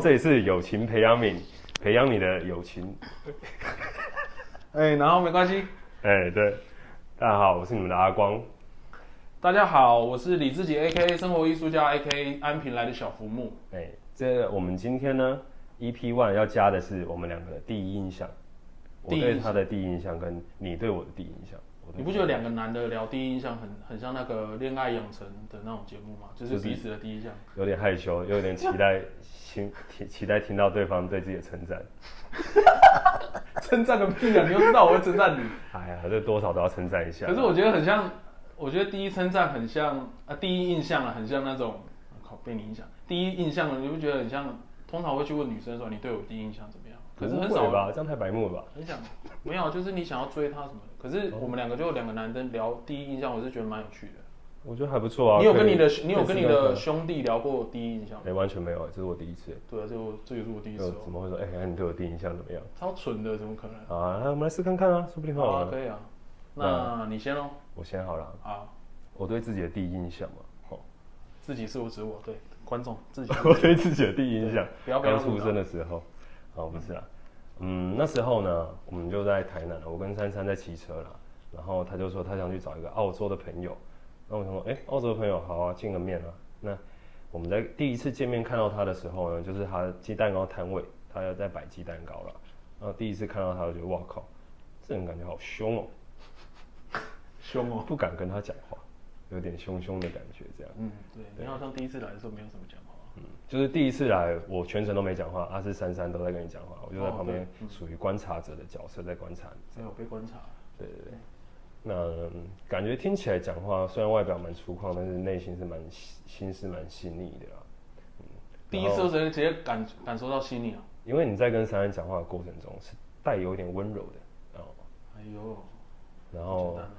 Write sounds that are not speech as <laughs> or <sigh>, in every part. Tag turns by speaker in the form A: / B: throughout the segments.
A: 这里是友情培养皿，培养你的友情。
B: 哎、然后没关系。
A: 哎、对，大家好，我是你们的阿光。
B: 大家好，我是李自己 A.K.A 生活艺术家 A.K.A 安平来的小福木。
A: 哎、这我们今天呢，EP One 要加的是我们两个的第一印象，我
B: 第一
A: 对
B: 印
A: 他的第一印象跟你对我的第一印象，我对
B: 你不觉得两个男的聊第一印象很很像那个恋爱养成的那种节目吗？就是
A: 就是
B: 彼此的第一印象。
A: 有点害羞，有点期待听 <laughs> 期期待听到对方对自己的称赞。
B: 称赞个屁啊！你又知道我会称赞
A: <laughs>
B: 你。
A: 哎呀，这多少都要称赞一下。
B: 可是我觉得很像，我觉得第一称赞很像啊，第一印象啊，很像那种，啊靠，被你影响。第一印象，你不觉得很像？通常会去问女生说，你对我第一印象怎么样？可是很
A: 不
B: 少啊
A: 会吧，这样太白目了吧？
B: 很想没有，啊就是你想要追她什么的。可是我们两个就两个男生聊第一印象，我是觉得蛮有趣的。
A: 我觉得还不错啊。
B: 你有跟
A: 可以
B: 你的你有跟你的
A: 可以试试
B: 兄弟聊过第一印象
A: 看？哎，完全没有，这是我第一次。
B: 对啊，这我这也是我第一次
A: 就怎
B: 哦。
A: 么会说？哎、那你对我第一印象怎么样？
B: 超蠢的，怎么可能？
A: 好啊，那我们来试看看啊，说不定很
B: 好
A: 好玩
B: 啊，
A: 啊。
B: 可以啊。那你先喽。
A: 我先好了，
B: 啊，
A: 我对自己的第一印象嘛，哦，
B: <laughs> 自己是我指我对观众
A: <laughs>
B: 自己是
A: 我
B: 我指
A: 对自己的第一印象
B: 对，不要被他
A: 刚
B: 误导
A: 出生的时候，好，不是啦，嗯，那时候呢，我们就在台南了，我跟珊珊在骑车啦，然后他就说他想去找一个澳洲的朋友，那我想说，哎、澳洲的朋友好啊，见个面啊。那我们在第一次见面看到他的时候呢，就是他鸡蛋糕摊位，他要在摆鸡蛋糕了，然后第一次看到他，我就觉得哇靠，这人感觉好凶哦、
B: 凶
A: 我
B: 哦。
A: 不敢跟他讲话，有点凶凶的感觉，这样。
B: 嗯，对，你好像第一次来的时候没有什么讲话。
A: 就是第一次来，我全程都没讲话，阿是珊珊都在跟你讲话，我就在
B: 哦
A: 旁边
B: 对
A: 属于观察者的角色在观察你。
B: 没有被观察。
A: 对对对，那嗯感觉听起来讲话虽然外表蛮粗犷，但是内心是蛮细心思蛮细腻的啊啦。
B: 第一次就直接直接感感受到心里啊，
A: 因为你在跟珊珊讲话的过程中是带有一点温柔的哦，
B: 哎呦，
A: 然
B: 好
A: 后
B: 简单啊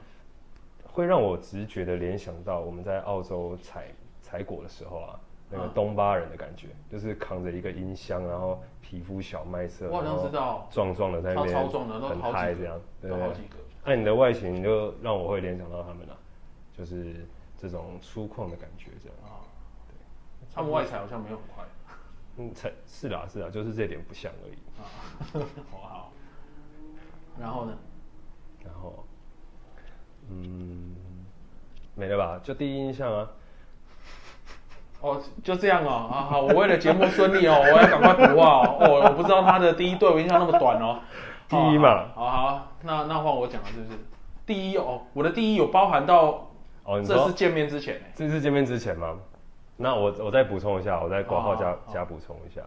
A: 会让我直觉的联想到我们在澳洲采采果的时候啊，那个东巴人的感觉，就是扛着一个音箱，然后皮肤小麦色，
B: 我好像
A: 然后
B: 知道
A: 壮壮的在那边，
B: 超超壮的都
A: 很
B: 好几
A: 嗨
B: 个
A: 这样，对
B: 有
A: 不对
B: 好？几个，
A: 那你的外形就让我会联想到他们了、啊就是这种粗犷的感觉这样。
B: 啊，对，他们外采好像没有很快， <laughs>
A: 嗯，才是啦是啦，就是这点不像而已。
B: 啊，好好，然后呢，
A: 然后，嗯，没了吧？就第一印象啊。
B: 哦，就这样哦，啊好，我为了节目顺利哦， <laughs> 我要赶快补话哦，哦，我不知道他的第一对我印象那么短哦，
A: <laughs> 第一嘛
B: 好，好好好，那那换我讲了是不是？第一哦，我的第一有包含到
A: 哦，你
B: 这
A: 说
B: 次见面之前欸呢，
A: 这次见面之前吗？那我我再补充一下，我再挂号加、
B: 哦好
A: 加补充一下。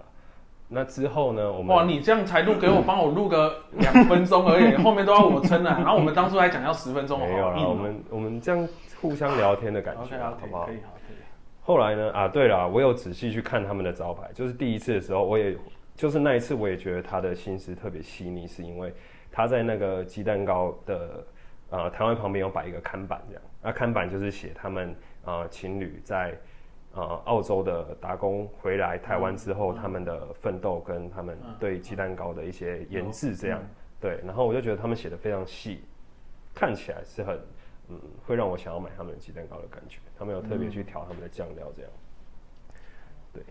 A: 那之后呢？我们
B: 哇，哦你这样才录给我，帮我录个两分钟
A: <laughs>
B: 而已，后面都要我撑了。啊然后我们当初还讲要十分钟，
A: 没有啦，
B: 好硬哦
A: 我们我们这样互相聊天的感
B: OK
A: 觉，
B: 啊，
A: 好
B: 可以
A: 不好
B: 可？以好可以。
A: 后来呢？啊，对了，我有仔细去看他们的招牌，就是第一次的时候，我也就是那一次，我也觉得他的心思特别细腻，是因为他在那个鸡蛋糕的啊摊位旁边有摆一个看板，这样，那看板就是写他们啊、呃情侣在啊、呃澳洲的打工回来台湾之后，他们的奋斗跟他们对鸡蛋糕的一些研制，这样，对，然后我就觉得他们写的非常细，看起来是很嗯，会让我想要买他们的鸡蛋糕的感觉。他们有特别去调他们的酱料，这样。对，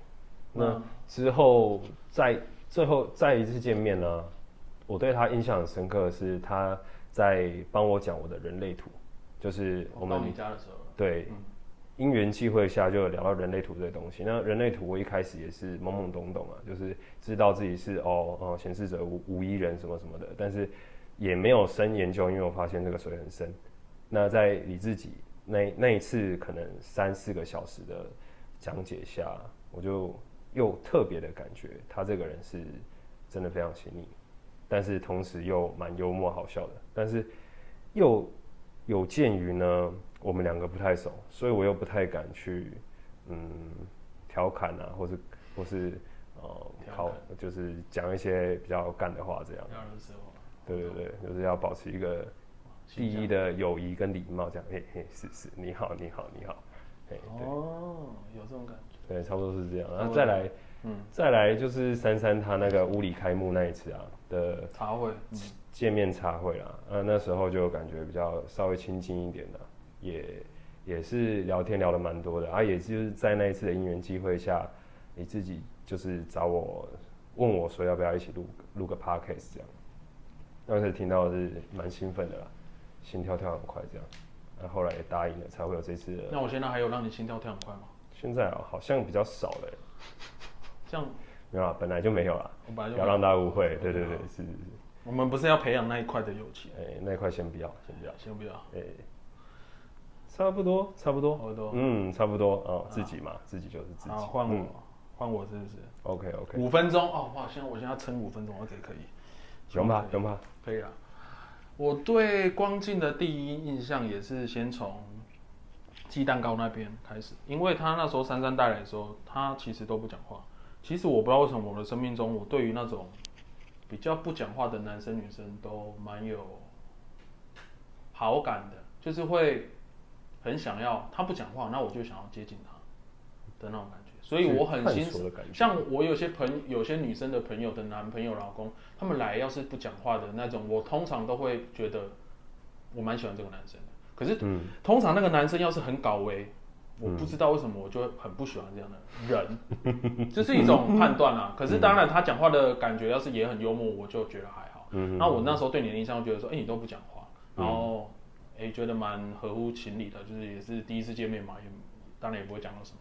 A: 那
B: 嗯
A: 之后再最后再一次见面呢、我对他印象很深刻的是他在帮我讲我的人类图，就是我
B: 我到
A: 们
B: 你家的时候，
A: 对，因缘际会下就有聊到人类图这个东西。那人类图我一开始也是懵懵懂懂啊，就是知道自己是哦哦显示者无无一人什么什么的，但是也没有深研究，因为我发现这个水很深。那在你自己那那一次可能三四个小时的讲解下，我就又特别的感觉他这个人是真的非常细腻，但是同时又蛮幽默好笑的，但是又有鉴于呢，我们两个不太熟，所以我又不太敢去，嗯，调侃啊，或是或是呃，
B: 调侃
A: 考就是讲一些比较干的话，这样。
B: 家的时候，
A: 对对对，就是要保持一个第一的友谊跟礼貌，这样。嘿嘿，是是，你好，你好，你好。嘿，
B: 哦，有这种感觉，
A: 对对，差不多是这样。然
B: 差
A: 后
B: 不多
A: 再来，
B: 嗯，
A: 再来就是珊珊她那个屋里开幕那一次啊的
B: 茶会，嗯
A: 见面茶会啦，呃，那时候就感觉比较稍微亲近一点的，也也是聊天聊的蛮多的，啊，也就是在那一次的因缘机会下，你自己就是找我问我说要不要一起录录个 podcast 这样。当时听到是蛮兴奋的啦，心跳跳很快这样。那后来也答应了，才会有这次的。
B: 那我现在还有让你心跳跳很快吗？
A: 现在啊，好像比较少了欸，
B: 这样
A: 没有啦，本来就没有啦，
B: 我本来
A: 不
B: 就
A: 要让大家误会。对对对，
B: 好
A: 是是是，
B: 我们不是要培养那一块的友情，啊
A: 哎、那一块先不要，先不要，
B: 先不要，
A: 哎、差不多，差不多，
B: 差不多
A: 嗯，差不多哦，自己嘛，自己就是自己。
B: 好换我
A: 嗯、，
B: 换我是不是？
A: OK OK，
B: 五分钟哦，哇，现在我现在要撑五分钟，OK 可以，
A: 不用怕，不用怕。
B: 可以啦。我对光进的第一印象也是先从鸡蛋糕那边开始，因为他那时候姗姗带来的时候，他其实都不讲话。其实我不知道为什么我的生命中，我对于那种比较不讲话的男生女生都蛮有好感的，就是会很想要他不讲话，那我就想要接近他的那种感觉。所以我很
A: 是
B: 欣
A: 探索的感觉
B: 像我有些朋有些女生的朋友的男朋友、老公，他们来要是不讲话的那种，我通常都会觉得我蛮喜欢这个男生的。可是、
A: 嗯
B: 通常那个男生要是很搞维，我不知道为什么我就会很不喜欢这样的人，这是一种判断啦。可是当然他讲话的感觉要是也很幽默，我就觉得还好。
A: 嗯
B: 那我那时候对你的印象觉得说，哎、你都不讲话，然后哎、觉得蛮合乎情理的，就是也是第一次见面嘛，也当然也不会讲到什么。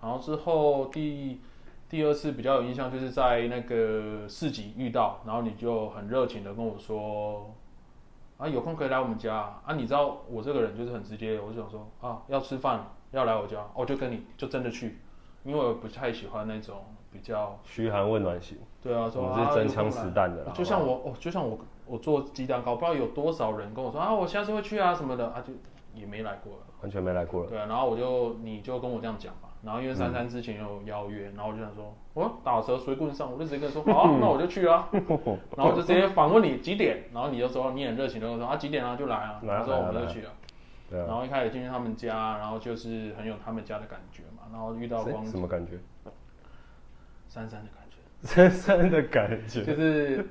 B: 然后之后第第二次比较有印象，就是在那个市集遇到，然后你就很热情的跟我说，啊，有空可以来我们家啊。啊你知道我这个人就是很直接，我就想说啊，要吃饭要来我家，哦我就跟你就真的去，因为我不太喜欢那种比较
A: 嘘寒问暖型，
B: 对啊，说
A: 我们是
B: 啊
A: 真
B: 有空
A: 枪实弹的
B: 来
A: 啦
B: 就像我哦，就像我我做鸡蛋糕，不知道有多少人跟我说啊，我下次会去啊什么的啊，就也没来过了。
A: 完全没来过了。
B: 对啊，然后我就你就跟我这样讲嘛，然后因为
A: 嗯
B: 珊珊之前有邀约，然后我就想说，我打蛇随棍上，我就直接跟你说，
A: <laughs>
B: 好啊、那我就去啊，然后就直接反问你几点，然后你就说你很热情的跟我说啊几点啊就来啊，
A: 来啊
B: 然后说
A: 来啊
B: 我们
A: 来
B: 就
A: 啊
B: 去啊，
A: 对
B: 然
A: 啊，
B: 后一开始进去他们家，然后就是很有他们家的感觉嘛，然后遇到光
A: 是什么感觉？ <laughs>
B: 珊珊的感觉。
A: 深深的感
B: 就
A: 觉。
B: 是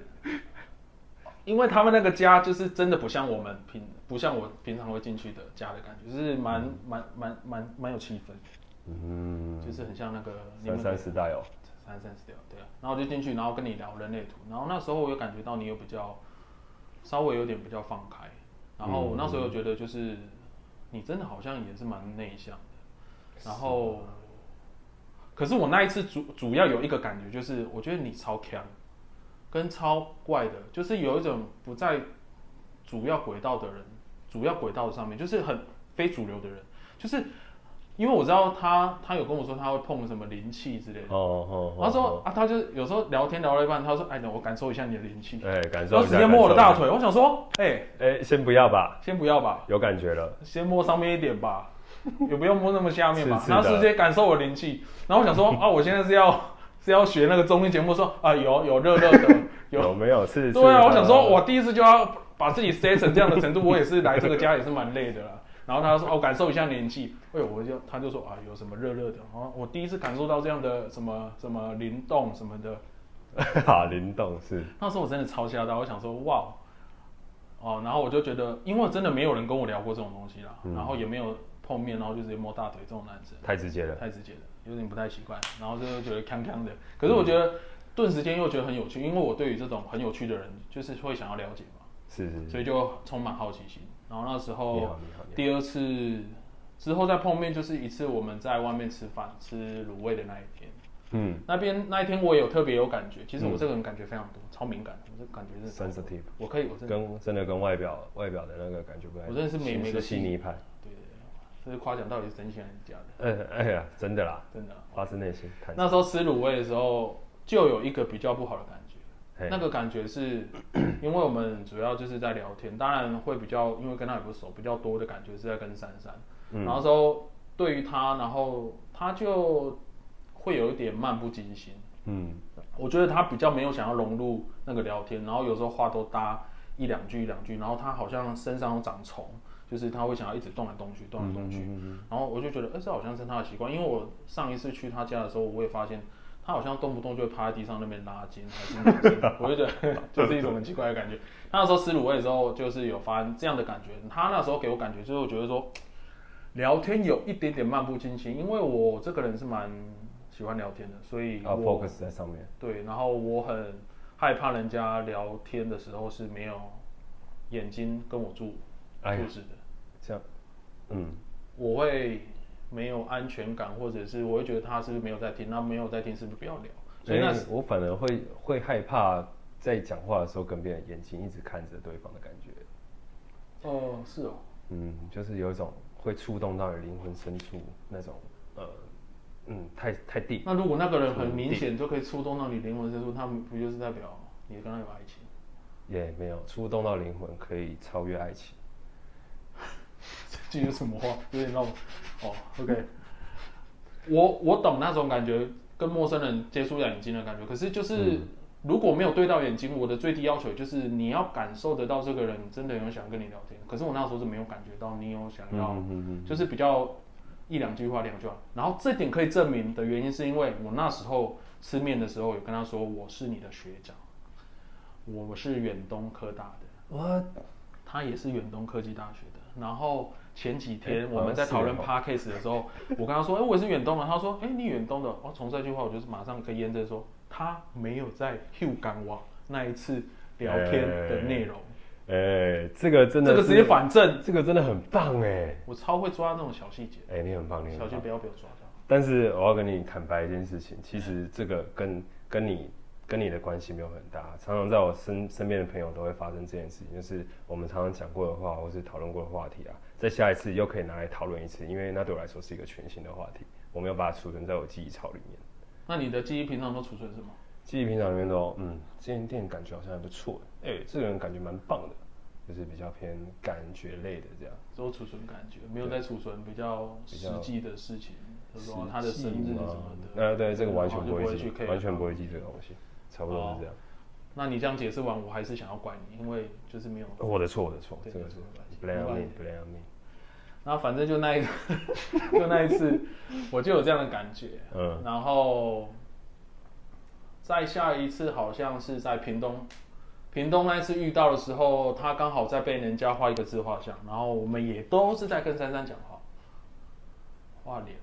B: 因为他们那个家就是真的不像我们平不像我平常会进去的家的感觉，就是蛮蛮蛮蛮蛮有气氛，
A: 嗯，
B: 就是很像那个你
A: 三
B: 们
A: 三时代哦，
B: 三三十六对啊，然后我就进去，然后跟你聊人类图，然后那时候我有感觉到你有比较稍微有点比较放开，然后我那时候有觉得就是你真的好像也是蛮内向的，然后可是我那一次主主要有一个感觉就是我觉得你超强，跟超怪的，就是有一种不在主要轨道的人，主要轨道上面就是很非主流的人，就是。因为我知道他，他有跟我说他会碰什么灵气之类的，
A: 哦哦哦，
B: 他说啊，他就是有时候聊天聊到一半，他说：“哎，等我感受一下你的灵气。”
A: 哎，感
B: 然
A: 受
B: 后
A: 一
B: 直
A: 下
B: 接摸我的大。
A: 感
B: 腿，我想说：“
A: 受
B: 哎，
A: 一下哎，先不要吧，
B: 先不要吧，
A: 有感觉了。
B: 先摸上面一点吧，也不用摸那么下面吧。
A: 刺”刺的
B: 然后直接感受我灵气，然后我想说：“啊，我现在是要是要学那个综艺节目说啊，有有热热的，有
A: 有没有是？
B: 对啊。”
A: 是哦
B: 我想说，
A: <laughs>
B: 我第一次就要把自己塞成这样的程度，我也是来这个家也是蛮累的啦。然后他说：“哦，我感受一下灵气。”哎呦，我就他就说：“啊，有什么热热的？”啊，我第一次感受到这样的什么什么灵动什么的。
A: 哈灵动是
B: 那时候我真的超吓到，我想说哇，哦，然后我就觉得，因为真的没有人跟我聊过这种东西啦，然后也没有碰面，然后就直接摸大腿这种男生，
A: 太直接了。
B: 太直接了，有点不太习惯，然后就觉得康康的。可是我觉得顿时间又觉得很有趣，因为我对于这种很有趣的人，就是会想要了解嘛，
A: 是是是，
B: 所以就充满好奇心。然后那时
A: 你
B: 候
A: 好你好你好
B: 第二次之后再碰面，就是一次我们在外面吃饭吃卤味的那一天。
A: 嗯
B: 那边那一天我也有特别有感觉，其实我这个人感觉非常多，超敏感，我这感觉是
A: ，sensitive，
B: 我可以，我真的
A: 跟真的跟外表外表的那个感觉不太一样。
B: 我真的是每
A: 心
B: 每
A: 思
B: 个
A: 细
B: 细
A: 腻派。
B: 对对对，这是夸奖到底是真心还是假的？
A: 哎哎呀，真的啦，
B: 真的啊、
A: 发自内心。坦诚
B: 那时候吃卤味的时候，就有一个比较不好的感觉，
A: 嘿
B: 那个感觉是因为我们主要就是在聊天，当然会比较，因为跟他也不熟，比较多的感觉是在跟珊珊。
A: 嗯
B: 然后之后对于他，然后他就会有一点漫不经心。
A: 嗯，
B: 我觉得他比较没有想要融入那个聊天，然后有时候话都搭一两句一两句，然后他好像身上有长虫，就是他会想要一直动来动去，
A: 嗯
B: 动来动去。然后我就觉得，哎、这好像是他的习惯，因为我上一次去他家的时候，我也发现他好像动不动就会趴在地上那边拉筋，还是哪
A: <laughs>
B: 筋我就觉得 <laughs> 就是一种很奇怪的感觉。他那时候吃卤味的时候，就是有发生这样的感觉。他那时候给我感觉就是我觉得说，聊天有一点点漫不经心，因为我这个人是蛮喜欢聊天的，所以
A: 要
B: 我
A: 嗯啊 focus 在上面。
B: 对，然后我很害怕人家聊天的时候是没有眼睛跟我注
A: 哎呀
B: 注视的，
A: 这样，嗯，
B: 我会没有安全感，或者是我会觉得他是不是没有在听，那没有在听是不是不要聊？所以那
A: 哎我反而会会害怕在讲话的时候跟别人眼睛一直看着对方的感觉，
B: 哦是哦，
A: 嗯，就是有一种会触动到你灵魂深处那种，呃，嗯，太太 deep，
B: 那如果那个人很明显就可以触动到你灵魂深处，他们不就是代表你跟他有爱情？ <laughs>
A: 也没有触动到灵魂，可以超越爱情。
B: 这有什么话？有点让我……哦，OK，我我懂那种感觉，跟陌生人接触到眼睛的感觉。可是就是、如果没有对到眼睛，我的最低要求就是你要感受得到这个人真的有想跟你聊天。可是我那时候是没有感觉到你有想要，
A: 嗯嗯
B: 就是比较一两句话两句话。然后这点可以证明的原因是因为我那时候吃面的时候有跟他说我是你的学长，我是远东科大的。
A: 我
B: 他也是远东科技大学的。然后前几
A: 哎
B: 天我们在讨论
A: 好
B: podcast 的时候，我跟他说：“哎、我也是远东的。”他说：“哎、你远东的？”哦，从这句话我就是马上可以验证说，他没有在 Hugh 港网那一次聊天的内容，
A: 哎、这个真的
B: 这个
A: 是
B: 直接，反证。
A: 这个真的很棒哎、
B: 我超会抓那种小细节，
A: 哎、你很棒，你很
B: 小
A: 棒
B: 心。不要被我抓到。
A: 但是我要跟你坦白一件事情，其实这个跟跟你跟你的关系没有很大。常常在我身身边的朋友都会发生这件事情，就是我们常常讲过的话，或是讨论过的话题啊，在下一次又可以拿来讨论一次，因为那对我来说是一个全新的话题，我没有把它储存在我记忆槽里面。
B: 那你的记忆平常都储存什么？
A: 记忆平常里面都，嗯，这间店感觉好像还不错，哎、这个人感觉蛮棒的，就是比较偏感觉类的这样。
B: 都储存感觉，没有在储存比较
A: 比
B: 实
A: 较啊
B: 际的事情，比如说他的生日什么的。
A: 呃，对，这个完全
B: 哦就
A: 不会
B: 会
A: 记
B: 去，care
A: 完全不会记这个东西，差不多是这样。
B: 那你这样解释完，我还是想要怪你，因为就是没有
A: 我的错，我的错，
B: 哦对
A: 这个是
B: 没关系
A: blame
B: 没关
A: me
B: 系
A: blame me。
B: 然后反正就那一 <laughs> 就那一次，我就有这样的感觉。
A: 嗯
B: 然后再下一次好像是在屏东，屏东那一次遇到的时候，他刚好在被人家画一个自画像，然后我们也都是在跟珊珊讲话，画脸，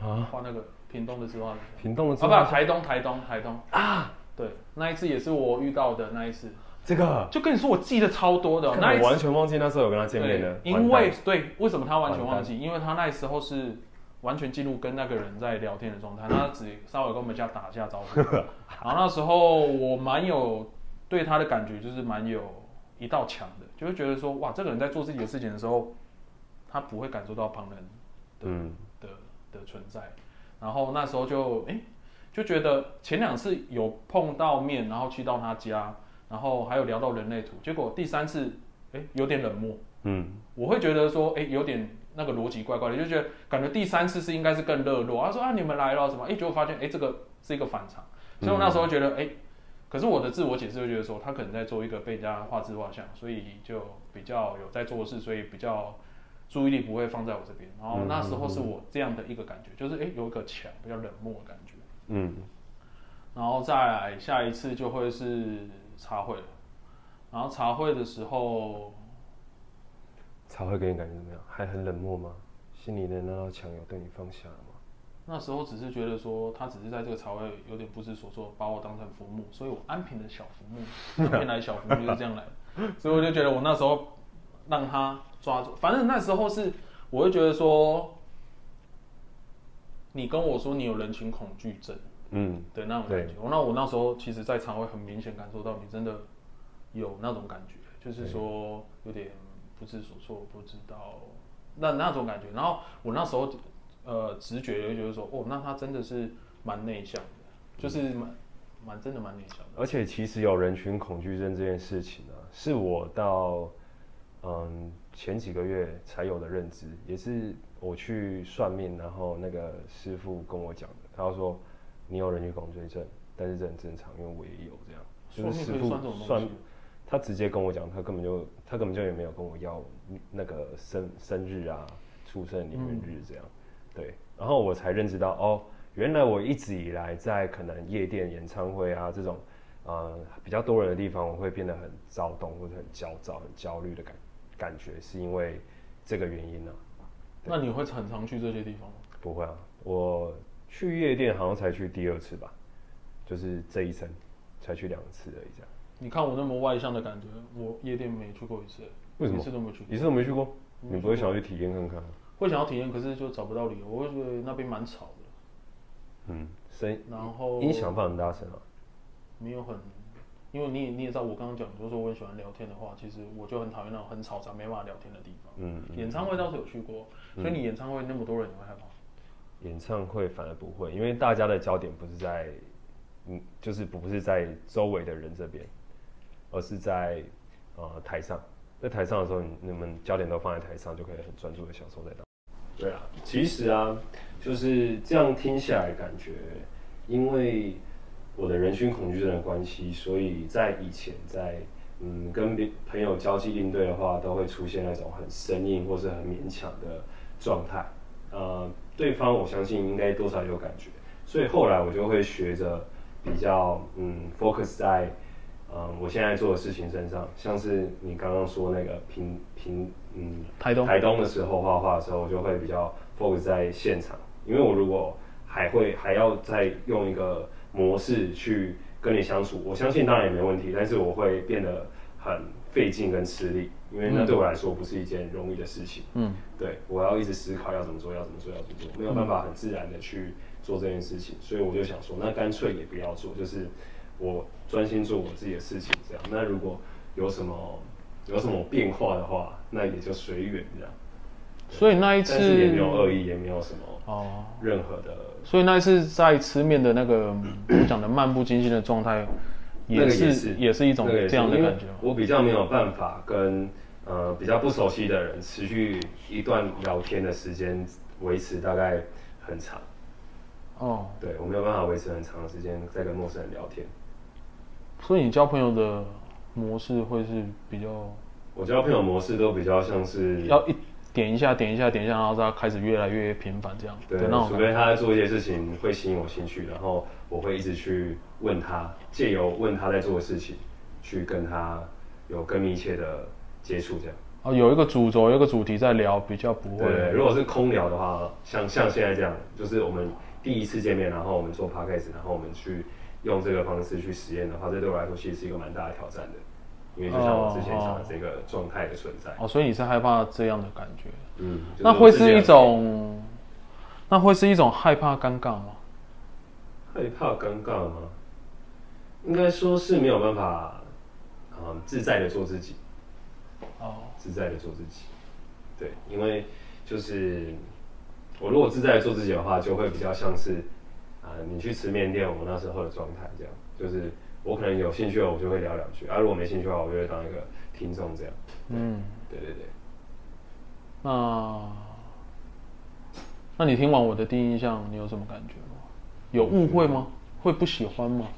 A: 啊，
B: 画那个屏东的自画像。
A: 屏东的
B: 啊，不，
A: 自画像
B: 台东，台东，台东啊，对，那一次也是我遇到的那一次，
A: 这个，
B: 就跟你说我记得超多的，哦那
A: 看
B: 一
A: 我
B: 次
A: 完全忘记那时候有跟他见面
B: 对
A: 的，，
B: 因为对，为什么他完全
A: 完蛋
B: 忘记？因为他那时候是完全进入跟那个人在聊天的
A: <laughs>
B: 状态，他只稍微跟我们家打一下招呼。然后那时候我蛮有对他的感觉，就是蛮有一道墙的，就会觉得说，哇，这个人在做自己的事情的时候，他不会感受到旁人
A: 嗯，
B: 的的存在。然后那时候就哎、诶就觉得前两次有碰到面，然后去到他家，然后还有聊到人类图，结果第三次哎、诶有点冷漠。
A: 嗯
B: 我会觉得说，哎、有点那个逻辑怪怪的，就觉得感觉第三次是应该是更热络。他说啊，你们来了什么？哎、结果发现，哎、这个是一个反常。所以我那时候觉得，哎、可是我的自我解释就觉得说，他可能在做一个被人家画自画像，所以就比较有在做事，所以比较注意力不会放在我这边。然后那时候是我这样的一个感觉，就是哎、有一个墙比较冷漠的感觉。
A: 嗯，
B: 然后再来下一次就会是茶会了。然后茶会的时候，
A: 才会给你感觉怎么样？还很冷漠吗？心里的那道墙有对你放下了吗？
B: 那时候只是觉得说，他只是在这个茶会有点不知所措，把我当成浮木，所以我安平的小浮木，安平来小浮木就是这样来的，所以我就觉得我那时候让他抓住，反正那时候是，我会觉得说，你跟我说你有人群恐惧症
A: 嗯，
B: 的那种感觉，那我那时候其实，在茶会很明显感受到你真的有那种感觉，就是说有点不知所措，不知道那那种感觉。然后我那时候呃直觉就觉得说，哦，那他真的是蛮内向的，就是
A: 嗯
B: 蛮蛮真的蛮内向的。
A: 而且其实有人群恐惧症这件事情啊，是我到嗯前几个月才有的认知，也是我去算命，然后那个师傅跟我讲的，他说你有人群恐惧症，但是这很正常，因为我也有这样，
B: 说
A: 就
B: 命
A: 是师
B: 可以
A: 傅
B: 算这种东西，
A: 他直接跟我讲，他根本就他根本就也没有跟我要那个生生日啊、出生年月日这样，对，然后我才认知到哦，原来我一直以来在可能夜店、演唱会啊这种呃比较多人的地方，我会变得很躁动或者很焦躁、很焦虑的感感觉，是因为这个原因呢、啊？
B: 那你会很常去这些地方吗？
A: 不会啊，我去夜店好像才去第二次吧，就是这一生才去两次而已，这样。
B: 你看我那么外向的感觉，我夜店没去过一次，欸
A: 为什么
B: 一次都没去过，
A: 一次都没去过，你
B: 没去
A: 不会想要去体验看嗯看吗？
B: 会想要体验，可是就找不到理由，我会觉得那边蛮吵的，
A: 嗯，声
B: 然后
A: 音响放很大声啊。
B: 没有很，因为你也你也知道，我刚刚讲就是说我很喜欢聊天的话，其实我就很讨厌那种很吵杂、没办法聊天的地方。
A: 嗯，
B: 演唱会倒是有去过，所以你演唱会那么多人，你会害怕？
A: 演唱会反而不会，因为大家的焦点不是在，嗯，就是不是在周围的人这边，而是在呃台上。在台上的时候，你你们焦点都放在台上，就可以很专注的享受在当。对啊，其实啊，就是这样听下来，感觉因为我的人群恐惧症的关系，所以在以前在嗯跟别朋友交际应对的话，都会出现那种很生硬或是很勉强的状态。呃，对方我相信应该多少有感觉，所以后来我就会学着比较嗯 focus 在嗯我现在做的事情身上，像是你刚刚说那个平平嗯
B: 台东
A: 台东的时候画画的时候，我就会比较 focus 在现场，因为我如果还会还要再用一个模式去跟你相处，我相信当然也没问题，但是我会变得很费劲跟吃力，因为那对我来说不是一件容易的事情。
B: 嗯，
A: 对，我要一直思考要怎么做，要怎么做，要怎么做，没有办法很自然的去做这件事情，所以我就想说，那干脆也不要做，就是我专心做我自己的事情，这样。那如果有什么有什么变化的话，那也就随缘这样，
B: 所以那一
A: 但
B: 次
A: 是也没有恶意，也没有什么
B: 哦，
A: 任何的，
B: 所以那一次在吃面的那个我讲的漫不经心的状态，
A: 那个
B: 也是
A: 也
B: 也是一种
A: 那个也是
B: 这样的
A: 因为
B: 感觉吗
A: 我比较没有办法跟呃比较不熟悉的人持续一段聊天的时间维持大概很长。
B: 哦，
A: 对我没有办法维持很长的时间在跟陌生人聊天。
B: 所以你交朋友的模式会是比较
A: 我交朋友模式都比较像是，
B: 要一点一下点一下点一下，然后它开始越来越频繁这样
A: 对，
B: 的那种
A: 除
B: 感
A: 非
B: 觉。
A: 他在做一些事情会吸引我兴趣，然后我会一直去问他，借由问他在做的事情，去跟他有更密切的接触，这样。
B: 哦，有一个主轴，有一个主题在聊，比较不
A: 对，
B: 会
A: 如果是空聊的话，像像现在这样，就是我们第一次见面，然后我们做 podcast，然后我们去用这个方式去实验的话，这对我来说其实是一个蛮大的挑战的，因为就像我之前讲的这个状态的存在，
B: 哦，所以你是害怕这样的感觉。
A: 嗯，就
B: 那会
A: 我自己
B: 是一
A: 很
B: 种，那会是一种害怕尴尬吗？
A: 害怕尴尬吗？应该说是没有办法，嗯，自在的做自己，
B: 哦，
A: 自在的做自己。对，因为就是我如果自在的做自己的话，就会比较像是啊、你去吃面店，我那时候的状态这样，就是我可能有兴趣了，我就会聊两句；，啊，如果没兴趣的话，我就会当一个听众这样。
B: 嗯，
A: 对对对，
B: 那那你听完我的第一印象，你有什么感觉吗？有误会吗？会不喜欢吗？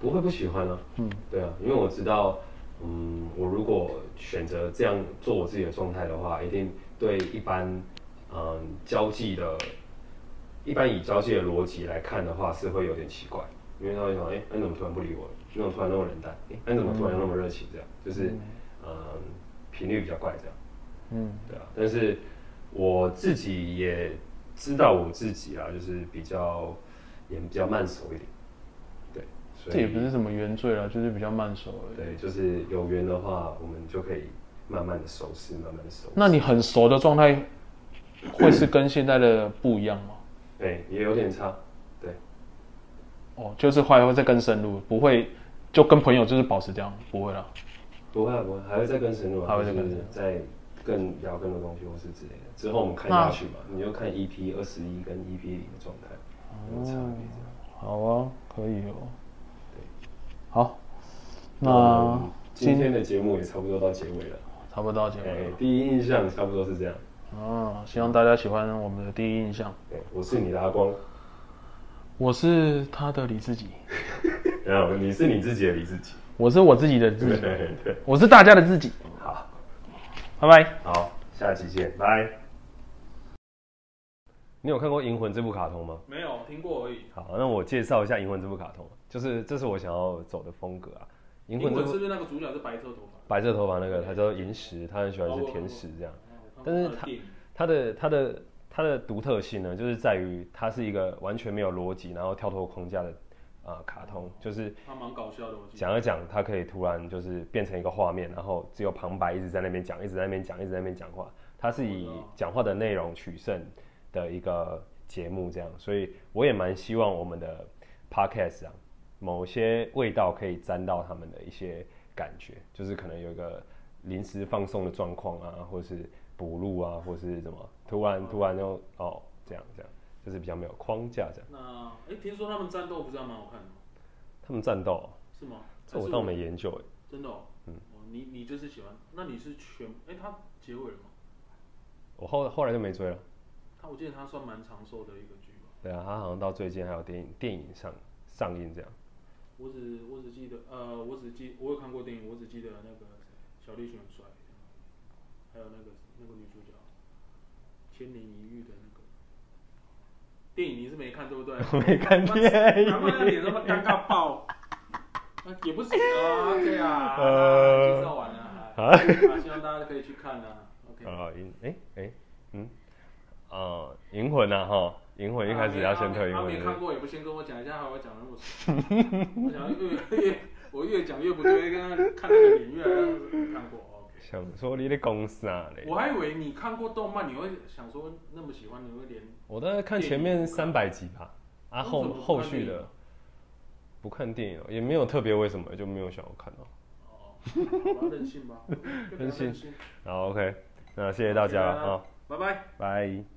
A: 不会不喜欢啊。
B: 嗯，
A: 对啊，因为我知道，嗯，我如果选择这样做我自己的状态的话，一定对一般，嗯，交际的，一般以交际的逻辑来看的话，是会有点奇怪，因为他会想，哎、那你怎么突然不理我了？你怎么突然那么冷淡？哎、那你怎么突然那么热情？这样就是，嗯，频率比较怪这样。
B: 嗯，
A: 对啊，但是我自己也知道我自己啊，就是比较也比较慢熟一点，对，所以
B: 这也不是什么原罪啦，就是比较慢熟而已。
A: 对，就是有缘的话，我们就可以慢慢的熟识，慢慢的熟。
B: 那你很熟的状态，会是跟现在的不一样吗？
A: 对，也有点差，对，
B: 哦，就是后来会再更深入，不会就跟朋友就是保持这样，不会啦。
A: 不会啊不会，还会再更深入啊，
B: 还会再更
A: 就是
B: 深入
A: 再更聊更多东西或是之类的。之后我们看
B: 那
A: 下去嘛，你就看 EP 二十一跟 EP 零的状态有没有差别这样。
B: 好啊，可以哦。好，
A: 我
B: 哦那
A: 们今天的节目也差不多到结尾了，
B: 嗯差不多到结尾
A: 哎
B: 了。，
A: 第一印象差不多是这样。
B: 嗯，希望大家喜欢我们的第一印象。
A: 对，我是你的阿光，
B: 我是他的李自己，
A: 然后你是你自己的你自己。
B: 我是我自己的自
A: 对
B: 己，
A: 对，
B: 我是大家的自己。
A: 好，
B: 拜拜。
A: 好，下期见，拜。你有看过《银魂》这部卡通吗？
B: 没有听过而已。
A: 好，那我介绍一下《银魂》这部卡通，就是这是我想要走的风格啊。《银魂》这部
B: 是那个主角是白色头发？
A: 白色头发那个，他叫银石，他很喜欢吃甜食这样。但是他
B: 电影
A: 他的他的它的独特性呢，就是在于它是一个完全没有逻辑，然后跳脱框架的啊、呃卡通，就是
B: 他蛮搞笑的，我记得。
A: 讲一讲，它可以突然就是变成一个画面，然后只有旁白一直在那边讲，一直在那边讲，一直在那边讲话。它是以
B: 我知道
A: 讲话的内容取胜的一个节目，这样，所以我也蛮希望我们的 podcast 啊，某些味道可以沾到他们的一些感觉，就是可能有一个临时放送的状况啊，或是补录啊，或是什么，突然突然就哦这样这样，就是比较没有框架这样。
B: 那哎、诶听说他们战斗不是还蛮好看的吗？
A: 他们战斗，
B: 是吗？
A: 这
B: 还
A: 我
B: 是
A: 倒没研究欸
B: 真的哦。嗯。哦，你你就是喜欢？那你是全哎、他结尾了吗？
A: 我后后来就没追了。
B: 他我记得他算蛮长寿的一个剧吧。
A: 对啊，他好像到最近还有电影电影上上映这样。
B: 我只我只记得呃，我只记我有看过电影，我只记得那个小栗旬很帅，还有那个那个女主角千年一遇的那个电影，你是没看对不对？
A: <laughs> 我没看电影
B: 难怪那脸这么尴尬爆。那也不是啊，对啊，
A: 呃
B: 介绍完了，啊，希望大家可以去看啊。OK，
A: 啊，银哎哎嗯，啊，银魂啊哈，银魂一开始要先推银
B: 他
A: 魂
B: 没
A: 是不
B: 看
A: 是，
B: 过也不先跟我讲一下，还我讲那么
A: <laughs>
B: 多，我讲越越我越讲越不对，跟他看那个脸啊越来越没看过。OK，
A: 想说你的公司啊嘞，
B: 我还以为你看过动漫，你会想说那么喜欢，你会连
A: 我大概看前面三百集吧，啊
B: 你
A: 后
B: 怎么不看
A: 后续
B: 电影啊
A: 的不看电影哦，也没有特别为什么就没有想要看哦。
B: 哦，我要
A: <laughs>
B: 任性吧，就比较任
A: 任
B: 性。
A: 好 OK，那谢谢大家
B: 好谢谢大家
A: 啊，
B: 拜拜。
A: 拜。